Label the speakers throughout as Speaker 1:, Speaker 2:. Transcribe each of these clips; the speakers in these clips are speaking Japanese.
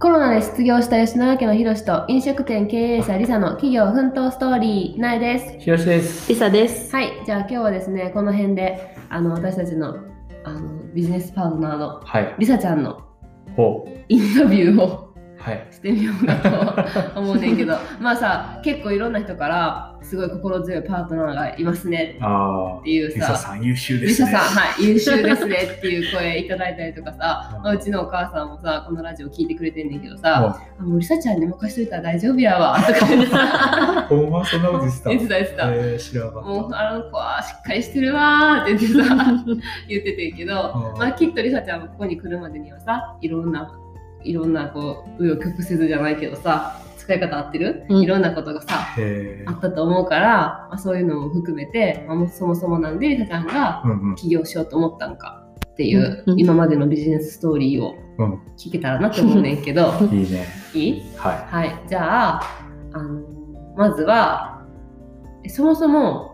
Speaker 1: コロナで失業した吉永家のひろしと飲食店経営者リサの企業奮闘ストーリー、なえです。
Speaker 2: ひろしです。
Speaker 3: リサです。
Speaker 1: はい、じゃあ今日はですね、この辺であの私たちのあのビジネスパートナーの
Speaker 2: はい。
Speaker 1: リサちゃんの
Speaker 2: ほ
Speaker 1: インタビューを
Speaker 2: う。はい。
Speaker 1: してみようかと思うねんけ ど、まあさ、結構いろんな人からすごい心強いパートナーがいますね
Speaker 2: ああ
Speaker 1: っ。ていう
Speaker 4: リサ
Speaker 1: さ、
Speaker 4: さん優秀で
Speaker 1: リ
Speaker 4: す
Speaker 1: サ
Speaker 4: ね。
Speaker 1: さん、はい、優秀ですねっていう声いただいたりとかさ、
Speaker 2: うん
Speaker 1: まあうちのお母さんもさ、このラジオ聞いてくれてんねんけどさ、あもうリサちゃんに任しといたら大丈夫やわとか言ってさ、
Speaker 2: ほんま そんなこと言ってた
Speaker 1: 言ってた言ってた。
Speaker 2: えー、知らなか
Speaker 1: もう
Speaker 2: っ
Speaker 1: あの子はしっかりしてるわーって言ってさ 言っててんけど、
Speaker 2: うん
Speaker 1: まあ、きっとりさちゃんもここに来るまでにはさいろんないろんなこう紆余曲折じゃないけどさ使い方合ってる、
Speaker 3: うん
Speaker 1: いろんなことがさ
Speaker 2: た。へえ
Speaker 1: あ。ったと思うから、まあ、そういうのも含めて、まあ、もうそもそもなんでりさちゃんが
Speaker 2: うんうん。
Speaker 1: 起業しようと思ったんかっていう、
Speaker 3: うん
Speaker 1: 今までのビジネスストーリーを
Speaker 2: うん
Speaker 1: 聞けたらなって思うねんけど
Speaker 2: いいね。
Speaker 1: いい
Speaker 2: は
Speaker 1: はい、じゃあ、あのまずはえそもそも、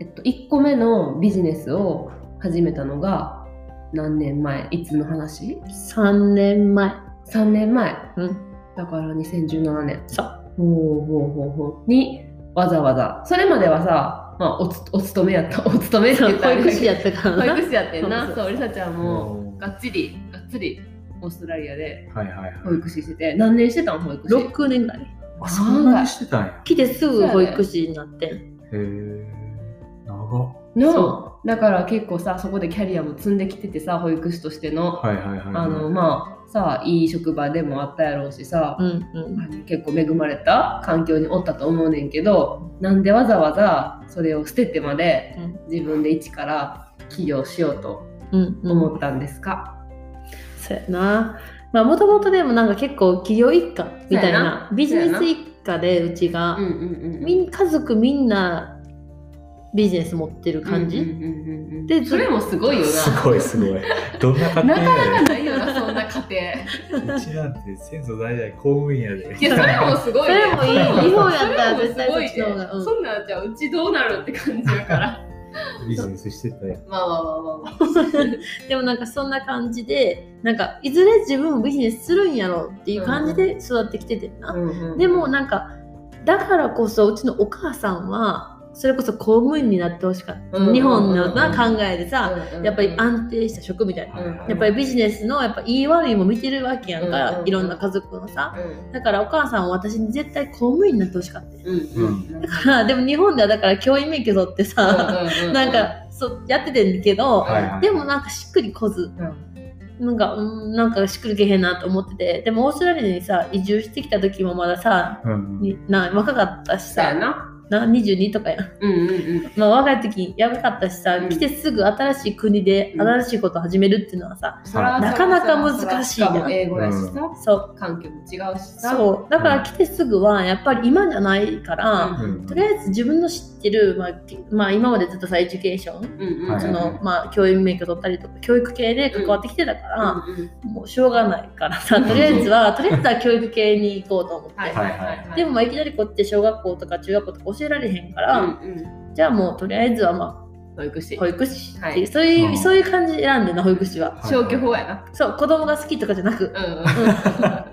Speaker 1: えっと、1個目のビジネスを始めたのが何年前いつの話
Speaker 3: 3年前。
Speaker 1: ?3 年前
Speaker 3: うん。
Speaker 1: だから2017年
Speaker 3: そう。
Speaker 1: ほうほうほうほうにわざわざそれまではさ、まあ、おつお勤めやったお勤めって
Speaker 3: 保
Speaker 1: 言ったらあれ
Speaker 3: 育士や
Speaker 1: け
Speaker 3: ったから
Speaker 1: ど保
Speaker 3: な。
Speaker 1: 育士やってん
Speaker 3: そ
Speaker 1: な
Speaker 3: う
Speaker 1: そ
Speaker 3: そう
Speaker 1: うりさちゃん
Speaker 2: い。
Speaker 1: も
Speaker 2: おー
Speaker 1: がっちりがっつりオーストラリアで
Speaker 2: はいはいはい。
Speaker 1: 保育士してて何年してたん保育士
Speaker 3: 6年ぐらい。
Speaker 2: あ、そんなにしてたんや。
Speaker 3: 来てすぐ保育士になってん。
Speaker 2: へえ。長っ。
Speaker 1: の
Speaker 3: そ
Speaker 1: だから結構さそこでキャリアも積んできててさ保育士としての、
Speaker 2: はいはいはい。
Speaker 1: あのまあさいい職場でもあったやろうしさ
Speaker 3: う、んうん。
Speaker 1: 結構恵まれた環境におったと思うねんけどなんでわざわざそれを捨ててまで
Speaker 3: うん
Speaker 1: 自分で一から起業しようと
Speaker 3: うんうん。
Speaker 1: 思ったんですか、
Speaker 3: そうやな。まあもともとでもなんか結構企業一家みたい
Speaker 1: そうや
Speaker 3: な
Speaker 1: な
Speaker 3: ビジネス一家でうちが、
Speaker 1: うんうんうん
Speaker 3: みん家族みんなビジネス持ってる感じ、
Speaker 1: うんうんうんうん
Speaker 3: で
Speaker 1: それもすごいよ
Speaker 2: すごいすごい。どんな家
Speaker 1: な。な
Speaker 2: 庭
Speaker 1: か
Speaker 2: や
Speaker 1: なかないよな、そんな 家
Speaker 2: で。うちなんて先祖代々公務員やで。
Speaker 1: 庭。いや、それもすごい、
Speaker 3: それもいい日本やったら
Speaker 1: それも
Speaker 3: 絶
Speaker 1: す
Speaker 3: 対
Speaker 1: ご
Speaker 3: そ
Speaker 1: いね
Speaker 3: っちの方が、うん
Speaker 1: そんなんじゃあうちどうなるって感じや から。
Speaker 2: ビジネスしてたやん。
Speaker 1: まあまあまあまあまあ。
Speaker 3: でもなんかそんな感じでなんかいずれ自分もビジネスするんやろうっていう感じで育ってきててんな、でもなんかだからこそうちのお母さんはそれこそ公務員になってほしかった、
Speaker 1: うんうんうん
Speaker 3: 日本のな考えでさ、やっぱり
Speaker 1: ん
Speaker 3: 安定した職みたいな、
Speaker 1: うん
Speaker 3: やっぱりビジネスのやっぱいい悪いも見てるわけやん
Speaker 1: う
Speaker 3: か、
Speaker 1: んうんうん
Speaker 3: いろんな家族のさ
Speaker 1: う
Speaker 3: だからお母さんは私に絶対公務員になってほしかったよ
Speaker 1: んうんうん
Speaker 3: あー でも日本ではだから教員免許取ってさ、
Speaker 1: な
Speaker 3: なんかそうやっててんけど、
Speaker 2: はいはい
Speaker 3: でもなんかしっくりこず、なんかうんなんかしっくりけへんなと思っててでもオーストラリアにさ移住してきた時もまださ
Speaker 2: うんうん。
Speaker 3: にな若かったし
Speaker 1: そうや
Speaker 3: さ
Speaker 1: な
Speaker 3: な22とかやん、
Speaker 1: うんうんうん
Speaker 3: まあ、若い時やばかったしさ、
Speaker 1: うん
Speaker 3: 来てすぐ新しい国で
Speaker 1: うん
Speaker 3: 新しいことを始めるっていうのはさ、
Speaker 1: そら
Speaker 3: なかなか難しい
Speaker 1: そ
Speaker 3: な
Speaker 1: らしかも英語やしさ
Speaker 3: そう
Speaker 1: 環境も違うしさ
Speaker 3: そうだから来てすぐはやっぱり今じゃないから、
Speaker 1: うん
Speaker 2: うん
Speaker 3: とりあえず自分の知ってる、まあきまあ、今までずっとさエデュケーション、
Speaker 1: うんうん
Speaker 2: はい
Speaker 3: そ
Speaker 2: はい
Speaker 3: のまあ教員免許取ったりとか教育系で関わってきてたから、
Speaker 1: うんうん
Speaker 3: もうしょうがないからさとりあえずはとりあえずは教育系に行こうと思って、
Speaker 1: はいはいはいはい
Speaker 3: でもまあいきなりこっち小学校とか中学校とか教えられへんから、
Speaker 1: うんうん
Speaker 3: じゃあもうとりあえずはま
Speaker 1: 保育士
Speaker 3: あ保育士っていう、
Speaker 1: はい
Speaker 3: そういううんそういう感じで選んでんな保育士は
Speaker 1: 消去法やな
Speaker 3: そう子供が好きとかじゃなく、
Speaker 1: う
Speaker 3: なんか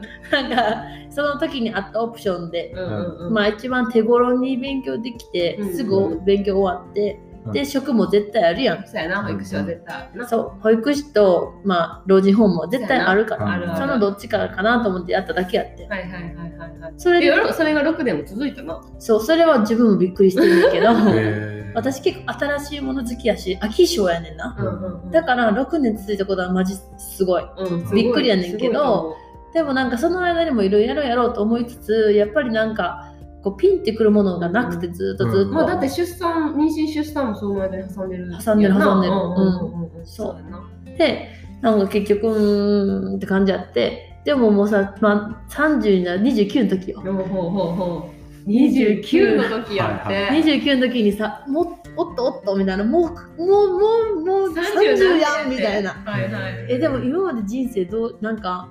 Speaker 3: その時にあったオプションで、
Speaker 1: んうんうんうん
Speaker 3: まあ一番手頃に勉強できて、
Speaker 1: うん
Speaker 3: すぐ勉強終わって、
Speaker 2: うん
Speaker 3: で職も絶対あるやん
Speaker 1: そうやな保育士は絶対あるな
Speaker 3: そう保育士と、まあ、老人ホームは絶対あるか
Speaker 2: うん
Speaker 3: ら
Speaker 1: あるある
Speaker 3: そのどっちかかなと思ってやっただけやって
Speaker 1: はいはいはいはいはい
Speaker 3: それ
Speaker 1: え
Speaker 3: で
Speaker 1: よろそれが6年も続いたな
Speaker 3: そうそれは自分もびっくりしてるんだけど
Speaker 2: へー
Speaker 3: 私結構新しいもの好きやし飽き性やねんな
Speaker 2: うんうん
Speaker 3: だから6年続いたことはマジすごい
Speaker 1: うんすごい
Speaker 3: びっくりやねんけどでもなんかその間にもいろいろやろうやろうと思いつつやっぱりなんかこうピンってくるものがなくてずっとずっ
Speaker 2: う
Speaker 3: と、
Speaker 2: ん
Speaker 1: まあだって出産妊娠出産もその間に挟んでる
Speaker 3: 挟んでる
Speaker 1: よな
Speaker 3: 挟んでる
Speaker 1: うんうんうんうん
Speaker 3: そう
Speaker 1: やな
Speaker 3: でなんか結局うーんって感じやってでももうさ、まあ、30になる29の時よ
Speaker 1: ほうほうほうほう29の時やって、
Speaker 2: はい
Speaker 3: 29の時にさ「もおっとおっと」みたいな「もうもうもうもう30やん」みたいな
Speaker 1: はいはい
Speaker 3: えでも今まで人生どうなんか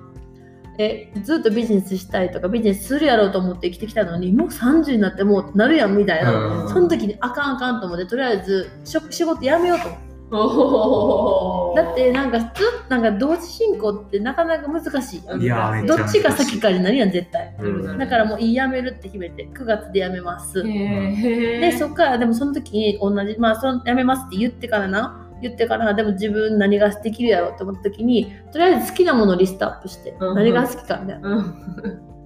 Speaker 3: えずっとビジネスしたいとかビジネスするやろうと思って生きてきたのにもう30になってもうなるやんみたい
Speaker 2: う
Speaker 3: な、
Speaker 2: ん
Speaker 3: その時にあかんあかんと思ってとりあえず職仕事やめようと思って
Speaker 1: おお
Speaker 3: だっってなんかずっとなんか同時進行ってなかなか難しいやん
Speaker 2: いやーめ
Speaker 3: ど
Speaker 2: ゃ
Speaker 3: っちが先かになるやん絶対
Speaker 2: うん
Speaker 1: うん
Speaker 3: だからもういいやめるって決めて9月でやめます
Speaker 1: へ
Speaker 3: でそっからでもその時に同じまあそのやめますって言ってからな言ってからでも自分何ができるやろうと思った時にとりあえず好きなものをリストアップして
Speaker 1: うんうん
Speaker 3: 何が好きかみたいな
Speaker 1: う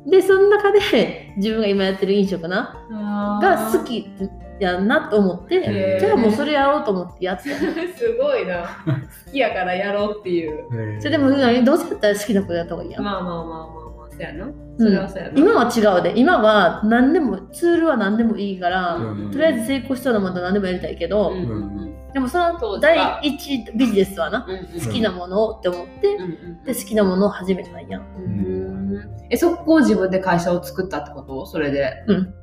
Speaker 1: ん
Speaker 3: でその中で 自分が今やってる飲食なが好きやなと思って
Speaker 1: へー
Speaker 3: じゃあもうそれやろうと思ってやってた
Speaker 1: すごいな 好きやからやろうっていう
Speaker 2: えー
Speaker 3: それでも何どうせやったら好きなことやった方がいいやん
Speaker 1: まあまあまあまあまあそうやなそれはそうやな、
Speaker 3: 今は違うで今は何でもツールは何でもいいから、
Speaker 2: うん
Speaker 3: とりあえず成功したらまた何でもやりたいけど、
Speaker 1: うんうん
Speaker 3: でもそ
Speaker 1: そうで
Speaker 3: の
Speaker 1: す
Speaker 3: 第
Speaker 1: か
Speaker 3: 一ビジネスはな
Speaker 1: うんうん
Speaker 3: 好きなものをって思って、
Speaker 1: うんうん
Speaker 3: で好きなものを始めたんやん
Speaker 1: うんえそこを自分で会社を作ったってことそれで,、
Speaker 3: うん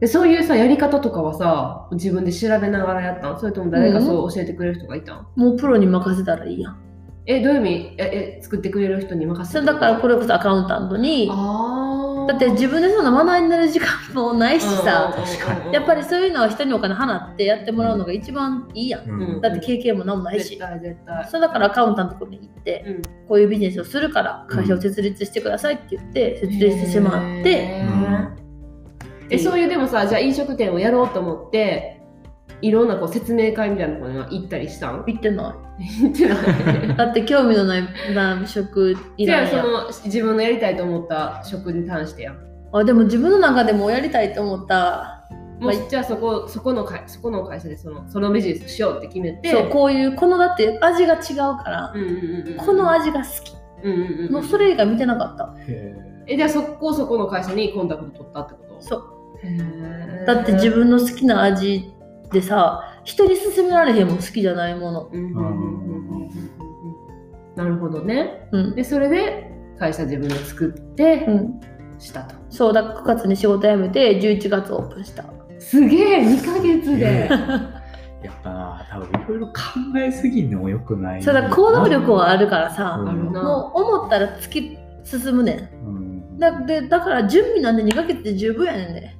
Speaker 1: でそういうさやり方とかはさ自分で調べながらやったんそれとも誰かそう教えてくれる人がいたん、
Speaker 3: もうプロに任せたらいいやん
Speaker 1: えどういう意味ええ作ってくれる人に任せ
Speaker 3: それだからこ
Speaker 1: れ
Speaker 3: れこそアカウンタントに
Speaker 1: あ
Speaker 3: だって自分でそんな学んでる時間もないしさ、
Speaker 2: 確か
Speaker 3: やっぱり
Speaker 1: そ
Speaker 3: そういうのは人にお金払ってやってもらうのが一番いいやん、
Speaker 2: うん
Speaker 1: うん
Speaker 3: だって経験も何もない
Speaker 1: 絶
Speaker 3: し、
Speaker 1: 対絶対
Speaker 3: それだからアカウンタントのところに行って、
Speaker 1: うん
Speaker 3: こういうビジネスをするから会社を設立してくださいって言って設立してしまって、
Speaker 1: へーえそういうでもさじゃあ飲食店をやろうと思っていろんなこう説明会みたいなのには行ったりしたん
Speaker 3: 行ってな
Speaker 1: 行ってない
Speaker 3: いだって興味のないな職い
Speaker 1: じゃ
Speaker 3: ら
Speaker 1: あ
Speaker 3: ん
Speaker 1: そ
Speaker 3: やん
Speaker 1: の自分のやりたいと思った職に関してやん
Speaker 3: あでも自分の中でもやりたいと思った
Speaker 1: も
Speaker 3: ま
Speaker 1: う
Speaker 3: あ
Speaker 1: じゃあそこそこの会そこの会社でそのそのビジネスしようって決めて
Speaker 3: そうこういうこのだって味が違うから、
Speaker 1: うんうんうんうん、
Speaker 3: この味が好き、
Speaker 1: うんうんうんうん
Speaker 3: もうそれ以外見てなかった
Speaker 2: へ
Speaker 1: えじゃあそこそこの会社にコンタクト取ったってこと
Speaker 3: そう
Speaker 1: へー
Speaker 3: だって自分の好きな味でさ人に勧められへんもん好きじゃないもの
Speaker 1: うんうんうんうんうんうんなるほどね
Speaker 3: うん、
Speaker 1: でそれで会社自分で作って
Speaker 3: うん、
Speaker 1: したと、
Speaker 3: そうだ9月に仕事辞めて11月オープンした
Speaker 1: すげえ2ヶ月で、
Speaker 2: えやっぱな多分いろいろ考えすぎんのもよくない
Speaker 3: そうだ行動力はあるからさ、
Speaker 2: うん
Speaker 1: あるな
Speaker 3: もう思ったら突き進むねん
Speaker 2: うん
Speaker 3: だでだから準備なんで2ヶ月で十分やねんね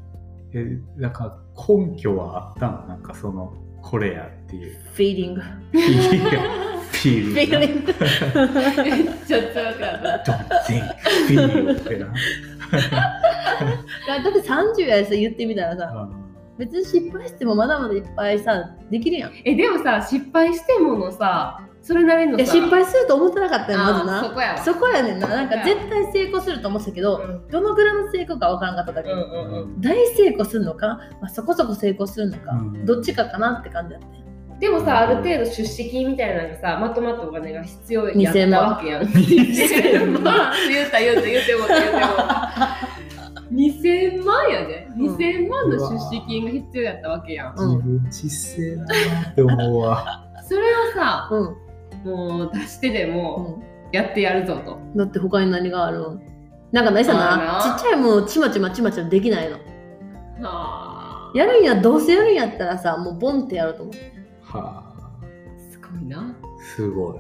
Speaker 2: えなんか根拠はあったのなんかそのこれやっていう
Speaker 3: フィーリング
Speaker 2: フィール
Speaker 3: フィーリング
Speaker 1: ちょっとわかんない
Speaker 2: ドンゼンフィールってな
Speaker 3: だって30やでさ言ってみたらさ
Speaker 2: うん
Speaker 3: 別に失敗してもまだまだいっぱいさできるやんい
Speaker 1: えでもさ失敗してものさそれなりのさ
Speaker 3: や失敗すると思ってなかったよまず
Speaker 1: あーそ
Speaker 3: な
Speaker 1: こやわ
Speaker 3: そこやねんななんか絶対成功すると思ってたけど
Speaker 1: う
Speaker 3: どのぐらいの成功かわからんかっただけ、
Speaker 1: んうんうん
Speaker 3: 大成功するのか、まあ、そこそこ成功するのか、
Speaker 2: うん
Speaker 3: どっちかかなって感じだったよ
Speaker 1: でもさある程度出資金みたいなのがさまとまったお金が必要やった
Speaker 3: 2000万
Speaker 1: わけやん2000万言った言った言ってもうた言ってもうた2000万やで、
Speaker 3: うん
Speaker 1: 2000万の出資金が必要やったわけやん
Speaker 3: う
Speaker 2: 自分ちっせえなって思うわ
Speaker 1: それをさ
Speaker 3: うん、
Speaker 1: もう出してで
Speaker 3: う
Speaker 1: も
Speaker 3: ん
Speaker 1: やってやるぞと、
Speaker 3: だって他に何があるんなんかないさ
Speaker 1: まあな
Speaker 3: なちっちゃいもんちまちまちまちまできないの
Speaker 1: はあ
Speaker 3: やるんやどうせやるんやったらさもうボンってやろうと思って
Speaker 2: はあ
Speaker 1: すごい な
Speaker 2: すごい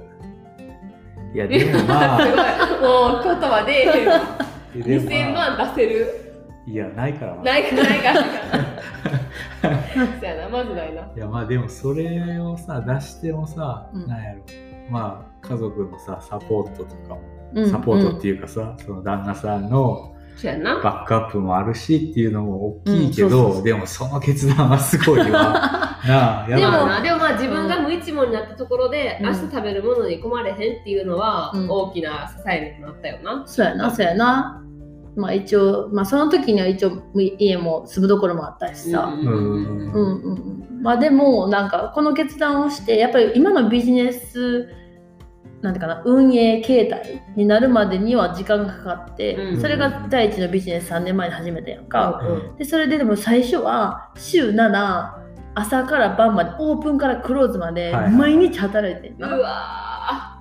Speaker 2: いやでもま あ
Speaker 1: もう言葉で
Speaker 2: でもまあ
Speaker 1: 出せる
Speaker 2: いやないからない
Speaker 1: いかないかないかそうやなまずないない
Speaker 2: やまあでもそれをさ出してもさ、
Speaker 3: うん
Speaker 2: なんやろまあ家族のさサポートとかも
Speaker 3: うん
Speaker 2: サポートっていうかさ、その旦那さんの
Speaker 1: そうやな
Speaker 2: バックアップもあるしっていうのも大きいけど、
Speaker 3: うんそうそうそう
Speaker 2: でもその決断はす ごいわなあや
Speaker 1: でも
Speaker 2: ばい
Speaker 1: なでもまあ自分が無一文になったところで、
Speaker 3: うん
Speaker 1: 明日食べるものに困れへんっていうのは
Speaker 3: うん
Speaker 1: 大きな支えになったよな。
Speaker 3: そうやなそうやなまあ一応まあその時には一応家も住むところもあったしさ、
Speaker 2: うんうん
Speaker 3: うん、うんうんまあでもなんかこの決断をしてやっぱり今のビジネスなんていうかな運営形態になるまでには時間がかかって、
Speaker 1: うん
Speaker 3: それが第一のビジネス3年前に始めたやんか、
Speaker 1: うん
Speaker 3: でそれででも最初は週7朝から晩までオープンからクローズまで
Speaker 2: はいはい
Speaker 3: 毎日働いてん
Speaker 1: う
Speaker 3: な、
Speaker 1: わ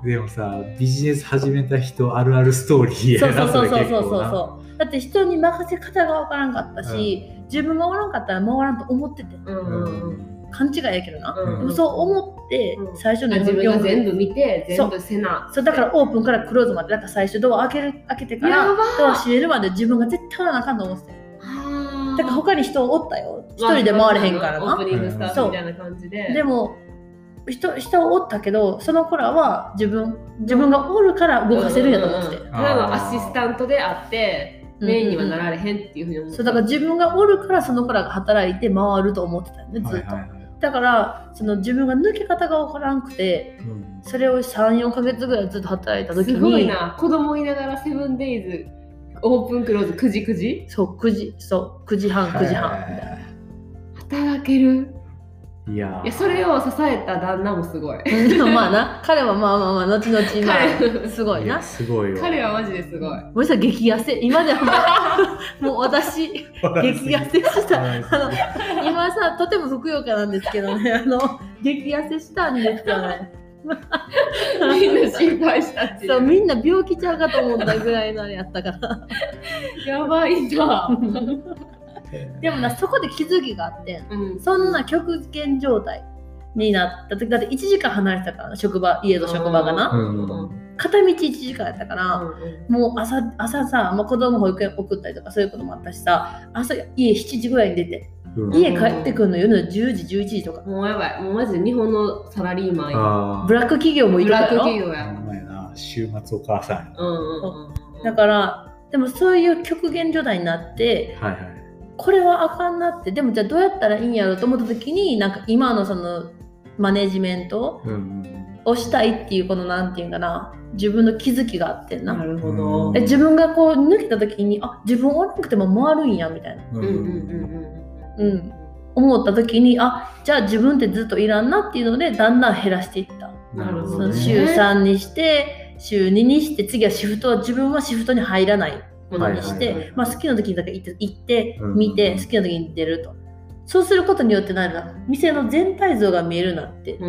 Speaker 2: でもさビジネス始めた人あるあるストーリー
Speaker 3: そう
Speaker 2: や
Speaker 3: そう
Speaker 2: な
Speaker 3: そう
Speaker 2: れ
Speaker 3: そう
Speaker 2: 結
Speaker 3: そう
Speaker 2: 構
Speaker 3: そう
Speaker 2: な
Speaker 3: そうだって人に任せ方が分からんかったし、自分がおらんかったら回らんと思ってて
Speaker 1: ーうん
Speaker 2: う
Speaker 1: うんうん
Speaker 2: ん
Speaker 3: 勘違いやけどな、
Speaker 1: うん
Speaker 3: でもそう思って
Speaker 1: うん
Speaker 3: 最初の
Speaker 1: 自分
Speaker 3: 業
Speaker 1: が
Speaker 3: 務
Speaker 1: 全部見て
Speaker 3: そ
Speaker 1: 全
Speaker 3: う
Speaker 1: 部せな。
Speaker 3: そうだからオープンからクローズまでだから最初ドア開ける開けてか
Speaker 1: や
Speaker 3: ら
Speaker 1: ば
Speaker 3: ドア閉めるまで自分が絶対おらなあかんと思ってて
Speaker 1: あー
Speaker 3: だから他に人おったよ一人で回れへんから
Speaker 1: まあオー
Speaker 3: な
Speaker 1: プニングスタートみたいな感じで。
Speaker 3: でも人人をおったけどその子らは自分自分がおるから動かせるんやと思ってて、
Speaker 1: うんうんうん例えばアシスタントであってメインにはなられへんっていうふうに思って
Speaker 3: そうだから自分がおるからその子らが働いて回ると思ってたんでずっと、
Speaker 2: はいはいはい
Speaker 3: だからその自分が抜け方が分からんくて
Speaker 2: うん
Speaker 3: それを34か月ぐらいずっと働いた時に
Speaker 1: すごいな子供いながらセブンデイズオープンクローズ9時9時
Speaker 3: そう9時そう9時半9時半みたいな
Speaker 1: 働ける
Speaker 2: いや
Speaker 1: いやそれを支えた旦那もすごい
Speaker 3: でもまあな彼はまあまあまあ後々まあ
Speaker 1: 彼
Speaker 3: すごい
Speaker 2: いや
Speaker 3: な
Speaker 2: すごいよ
Speaker 1: 彼はマジですごい
Speaker 3: 森さん激痩せ今では もう私激痩せした
Speaker 2: はい
Speaker 3: あの今さとてもふくよかなんですけどねあの激痩せしたんですよね
Speaker 1: みんな心配したってい
Speaker 3: そう
Speaker 1: う
Speaker 3: みんな病気ちゃうかと思ったぐらいのあれやったから
Speaker 1: やばいな
Speaker 3: でもなそこで気づきがあってん
Speaker 1: うん
Speaker 3: そんな極限状態になった時だって1時間離れてたからな職場家と職場がな
Speaker 2: うんうん
Speaker 3: 片道1時間やったから、
Speaker 1: う
Speaker 3: もう朝朝さ、まあ、子供保育園送ったりとかそういうこともあったしさ朝家7時ぐらいに出て
Speaker 2: うん
Speaker 3: 家帰ってくるの夜の10時11時とか
Speaker 1: んもうやばいもうマジで日本のサラリーマンや
Speaker 2: あ
Speaker 3: ブラック企業もい
Speaker 1: ブ
Speaker 3: るか
Speaker 1: ラッ
Speaker 3: ら
Speaker 1: ク
Speaker 3: よ
Speaker 1: 企業
Speaker 2: あ
Speaker 1: や
Speaker 2: な週末お母さん
Speaker 1: うんうんうん
Speaker 3: だからでもそういう極限状態になって
Speaker 2: はいはい
Speaker 3: これはあかんなってでもじゃあどうやったらいいんやろうと思った時になんか今のそのマネジメント
Speaker 2: うん
Speaker 3: をしたいっていうこのなんていうんかな自分の気づきがあってんな
Speaker 1: なるほ
Speaker 2: う
Speaker 1: ど
Speaker 2: ん
Speaker 3: え自分がこう抜けた時にあ自分おらなくても回るんやみたいな
Speaker 1: う
Speaker 2: う
Speaker 1: んんうんうんうん
Speaker 3: うん思った時にあじゃあ自分ってずっといらんなっていうのでだんだん減らしていった、
Speaker 1: なるほ
Speaker 3: そ
Speaker 1: どね
Speaker 3: の週3にして週2にして次はシフトは自分はシフトに入らないものにして、
Speaker 2: はいはいはい
Speaker 3: まあ、好きな時にだけ行って行って
Speaker 2: うん
Speaker 3: 見て好きな時に出ると。そうすることによってなんだ店の全体像が見えるなって
Speaker 1: う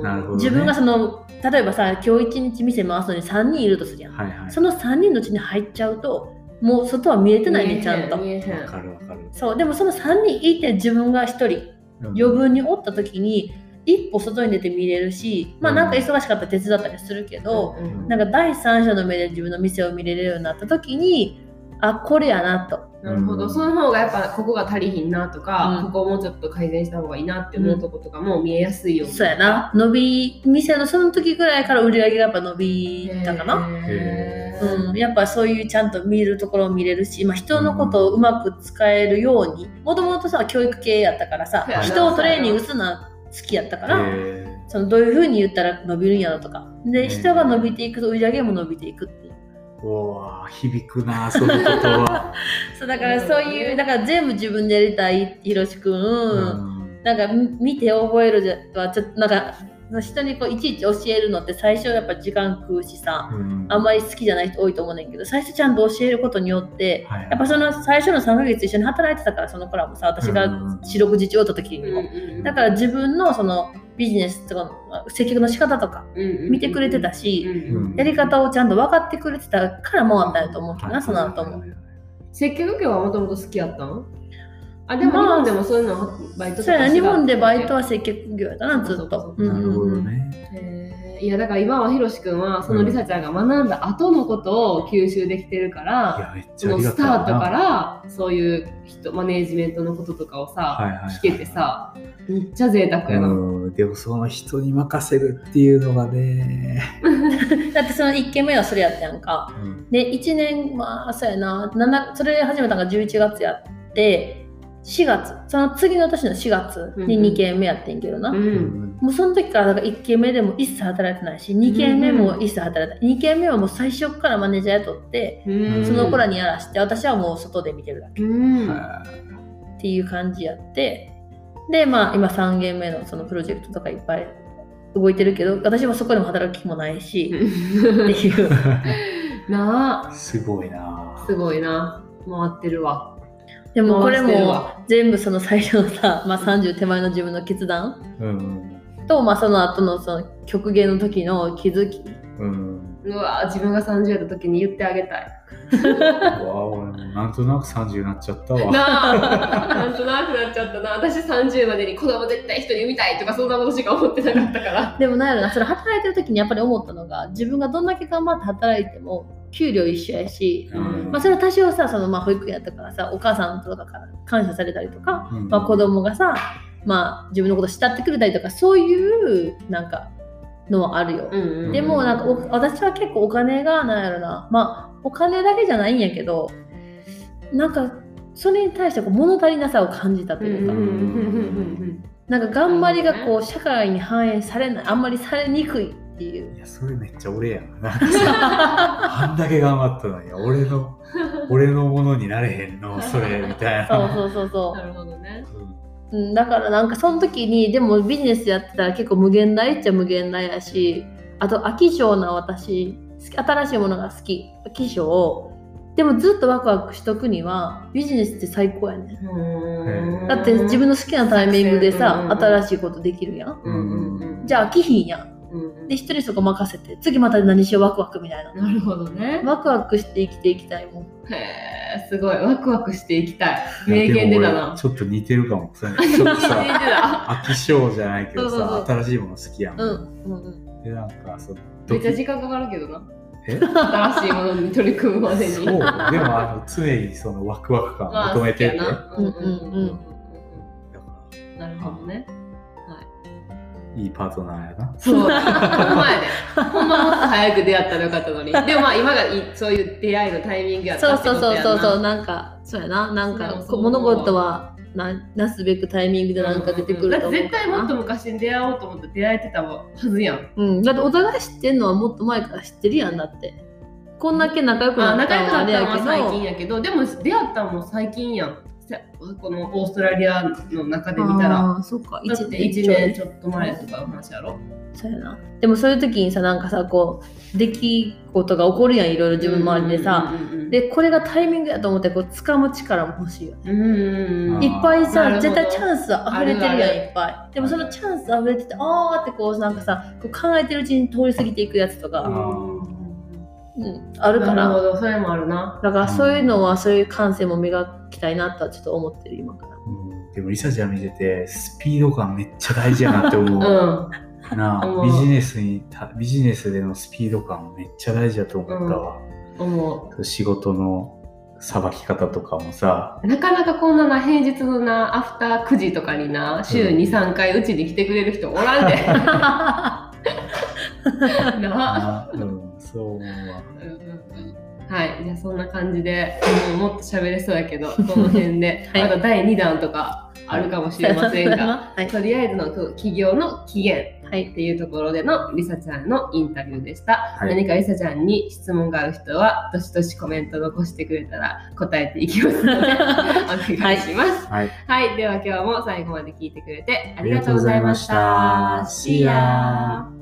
Speaker 1: ん
Speaker 2: なるほどね
Speaker 3: 自分がその例えばさ今日一日店回すのに3人いるとするやん、
Speaker 2: はいはい
Speaker 3: その3人のうちに入っちゃうともう外は見えてないねちゃんと
Speaker 1: 見えへん見えへ
Speaker 2: わ
Speaker 1: ん
Speaker 2: かるわかる
Speaker 3: そうでもその3人いて自分が1人余分におった時に一歩外に出て見れるしまあなんか忙しかったら手伝ったりするけど、
Speaker 1: うんうん
Speaker 3: なんか第三者の目で自分の店を見れるようになった時にあこれやなと
Speaker 1: なるほど、
Speaker 2: うん
Speaker 1: その方がやっぱここが足りひんなとか、
Speaker 3: うん
Speaker 1: ここをもうちょっと改善した方がいいなって思うとことかも見えやすいように
Speaker 3: そうやな伸び店のその時ぐらいから売り上げがやっぱ伸びたかな、
Speaker 1: へー
Speaker 3: うん、やっぱそういうちゃんと見るところを見れるし、まあ、人のことをうまく使えるようにもともとさ教育系やったからさ
Speaker 1: そうやな
Speaker 3: 人をトレーニングするのは好きやったから、
Speaker 2: え
Speaker 3: そのどういうふうに言ったら伸びるんやろとか
Speaker 2: う
Speaker 3: で
Speaker 2: ん
Speaker 3: 人が伸びていくと売り上げも伸びていくっていう
Speaker 2: ー、おー響くなその言葉、
Speaker 3: そうだからそういうだから全部自分でやりたいってひろしくん、
Speaker 2: うん
Speaker 3: なんかみ見て覚えるじゃはちょっとなんか人にこういちいち教えるのって最初やっぱ時間食うしさ
Speaker 2: うん
Speaker 3: あんまり好きじゃない人多いと思うねんけど最初ちゃんと教えることによって
Speaker 2: はいはい
Speaker 3: やっぱその最初の3ヶ月一緒に働いてたからその子らもさ私が四六時中おった時にも、
Speaker 1: うん
Speaker 3: だから自分のそのビジネスとかの接客の仕方とか見てくれてたし、
Speaker 1: うん
Speaker 3: やり方をちゃんと分かってくれてたから回ったんやと思うけどな、その後も。
Speaker 1: 接客業はもともと好きやったんあでも
Speaker 3: まあ
Speaker 1: 日本でもそういうのバイトとか
Speaker 3: そうやな、日本でバイト
Speaker 1: は
Speaker 3: は接客業やったな、ずっと。
Speaker 1: うん
Speaker 2: なるほどね、
Speaker 1: いやだから今はひろしくんはそのりさちゃんが学んだ後のことを吸収できてるから、
Speaker 2: いやめっ
Speaker 1: そ
Speaker 2: ちゃあ
Speaker 1: の
Speaker 2: りが
Speaker 1: スタ
Speaker 2: たいな
Speaker 1: ートからそういう人マネージメントのこととかをさ、
Speaker 2: はいはいはい
Speaker 1: 聞けてさめっちゃ贅沢やな、
Speaker 2: うんでもその人に任せるっていうのがね、
Speaker 3: だってその1軒目はそれやったやんか。で、1年、まあ、そうやな、7それ始めたのが11月やって、4月、その次の年の4月に
Speaker 1: うんうん
Speaker 3: 2軒目やってんけどな。
Speaker 1: う
Speaker 2: うんん
Speaker 3: もうその時からだから1軒目でも一切働いてないし2軒目も一切働いてない2軒目はもう最初からマネージャー雇って
Speaker 1: うん
Speaker 3: その子らにやらして私はもう外で見てるだけ
Speaker 1: うん
Speaker 2: は
Speaker 3: っていう感じやってでまあ今3軒目のそのプロジェクトとかいっぱい動いてるけど私もそこでも働く気もないしっていう
Speaker 1: なあ
Speaker 2: いすごいな
Speaker 1: すごいな回ってるわ
Speaker 3: でもこれ
Speaker 1: 回してる
Speaker 3: も
Speaker 1: わ
Speaker 3: 全部その最初のさ、まあ、30手前の自分の決断
Speaker 2: うん
Speaker 3: と、まあ、その後のその極限の時の気づき
Speaker 2: うん
Speaker 1: うわ自分が30やった時に言ってあげたいう
Speaker 2: わ俺もなんとなく30になっちゃったわ
Speaker 1: な あなんとなくなっちゃったな私30までに子供絶対人に産みたいとかそんなことしか思ってなかったから
Speaker 3: でもなんやろなそれ働いてる時にやっぱり思ったのが自分がどんだけ頑張って働いても給料一緒やし、
Speaker 2: うん
Speaker 3: まあ、それは多少さそのまあ保育園やったからさお母さんとかから感謝されたりとか、
Speaker 2: うん
Speaker 3: まあ、子供がさまあ、自分のこと慕ってくれたりとかそういうなんかのはあるよ。
Speaker 1: うんうん
Speaker 3: でもなんかお私は結構お金がなんやろなまあお金だけじゃないんやけどなんかそれに対してこう物足りなさを感じたというか、
Speaker 2: うん
Speaker 3: なんか頑張りがこう社会に反映されないあんまりされにくいっていう。
Speaker 2: いやそれめっちゃ俺やんなんかさあんだけ頑張ったのに俺の俺のものになれへんのそれみたい
Speaker 3: そう
Speaker 2: な
Speaker 3: そうそうそう
Speaker 1: なるほどね。
Speaker 2: うん
Speaker 3: うん、だからなんかその時にでもビジネスやってたら結構無限大っちゃ無限大やしあと飽き性な私好き新しいものが好き飽き性でもずっとワクワクしとくにはビジネスって最高やねだって自分
Speaker 1: の、
Speaker 3: の好きなタイミングで
Speaker 1: うん
Speaker 3: さ
Speaker 1: うんうん
Speaker 3: 新しいことできるやん
Speaker 1: うんうんうん、
Speaker 3: じゃあ飽きひんやん
Speaker 1: うんうん、
Speaker 3: で一人にそこ任せて次また何しようワクワクみたいな
Speaker 1: なるほどね。
Speaker 3: ワクワクして生きていきたいもん
Speaker 1: へーすごいワクワクしていきたい。名言出た
Speaker 2: いやも
Speaker 1: な
Speaker 2: 俺。ちょっと似てるかもそれちょっと
Speaker 1: 名言
Speaker 2: さ
Speaker 1: 出た
Speaker 2: 飽き性じゃないけどさ
Speaker 1: そうそうそう
Speaker 2: 新しいもの好きやん、
Speaker 3: うんうんうん
Speaker 2: でなんかその
Speaker 1: めっちゃ
Speaker 2: 時
Speaker 1: 時間かかるけどな。
Speaker 2: え
Speaker 1: 新しいものに取り組むまでに。
Speaker 2: そうでもあの常にそのワクワク感を求めてるよ、
Speaker 1: まあ好きやな
Speaker 3: うんうんうん
Speaker 2: だか
Speaker 1: なるほどね。
Speaker 2: らいいパートナーやな
Speaker 1: そう。ほんまやね。ほんまもっと早く出会ったらよかったのに。でもまあ今がいいそういう出会いのタイミングやっ
Speaker 3: そ
Speaker 1: た
Speaker 3: う
Speaker 1: ってこ
Speaker 3: そ
Speaker 1: と
Speaker 3: うそう
Speaker 1: やな。
Speaker 3: そうそうなんかそうやななん
Speaker 1: そう
Speaker 3: か
Speaker 1: そう
Speaker 3: こう物事はななすべくタイミングでなんか出てくる
Speaker 1: だ
Speaker 3: と
Speaker 1: っ
Speaker 3: 思
Speaker 1: て
Speaker 3: う
Speaker 1: 絶対もっと昔に出会おうと思って出会えてたはずやん。
Speaker 3: うん、だってお互い知ってんのはもっと前から知ってるやんだってこんだけ仲良く
Speaker 1: あ
Speaker 3: なっ
Speaker 1: 仲
Speaker 3: た
Speaker 1: 良く
Speaker 3: の
Speaker 1: な
Speaker 3: はあ
Speaker 1: った
Speaker 3: れや
Speaker 1: のは
Speaker 3: け
Speaker 1: 最近
Speaker 3: ど
Speaker 1: やけどでも出会ったのも最近やんせこのオーストラリアの中で見たら
Speaker 3: あーそっか
Speaker 1: だって
Speaker 3: 1
Speaker 1: 1年ちょっと前とかの話やろ
Speaker 3: そうやなでもそういう時にさなんかさこう出来事が起こるやんいろいろ自分周りでさ、
Speaker 1: うんうんうん
Speaker 3: でこれがタイミングやと思ってこう掴む力も欲しいよね
Speaker 1: うんうんうん
Speaker 2: あ
Speaker 3: いっぱい
Speaker 1: なる
Speaker 3: さ
Speaker 1: ほど
Speaker 3: 絶対チャンス溢れてるやん
Speaker 1: あるある
Speaker 3: いっぱいでもそのチャンス溢れててあーってこうなんかさこう考えてるうちに通り過ぎていくやつと
Speaker 2: あ
Speaker 3: か、
Speaker 2: ー
Speaker 3: うん、あるか
Speaker 1: なるほ
Speaker 3: ら
Speaker 1: どそれもあるな
Speaker 3: だからそういうのはそういう感性も磨きたいなとはちょっと思ってる今から。
Speaker 2: うんでもリサちゃん見ててスピード感めっちゃ大事やなって思
Speaker 1: う
Speaker 2: う、
Speaker 1: ん
Speaker 2: な
Speaker 1: 思
Speaker 2: あ
Speaker 1: う
Speaker 2: ビジネスにたビジネスでのスピード感めっちゃ大事だと思ったわ、
Speaker 1: 思
Speaker 2: 仕事のさばき方とかもさ
Speaker 1: うなかなかこんなな平日のなアフター9時とかにな週
Speaker 2: うん
Speaker 1: 23回うちに来てくれる人おらん で な
Speaker 2: なうん、そう思うわ
Speaker 1: うんうんうんはいじゃあそんな感じでもうもっと喋れそうやけ どこの辺で、
Speaker 3: はい
Speaker 1: まだ第2弾とかあるかもしれません が
Speaker 3: はい、
Speaker 1: とりあえずの企業の期限っ
Speaker 3: はい、
Speaker 1: ていうところでのりさちゃんのインタビューでした、
Speaker 2: はい
Speaker 1: 何かりさちゃんに質問がある人はどしどしコメント残してくれたら答えていきます のでお願いします
Speaker 2: はい
Speaker 1: はい、では今日も最後まで聞いてくれてあ
Speaker 2: あ
Speaker 1: り
Speaker 2: り
Speaker 1: がと
Speaker 2: がと
Speaker 1: う
Speaker 2: う
Speaker 1: ご
Speaker 2: ご
Speaker 1: ざ
Speaker 2: ざ
Speaker 1: い
Speaker 2: い
Speaker 1: ま
Speaker 2: ま
Speaker 1: し
Speaker 2: した
Speaker 1: See
Speaker 2: た
Speaker 1: ya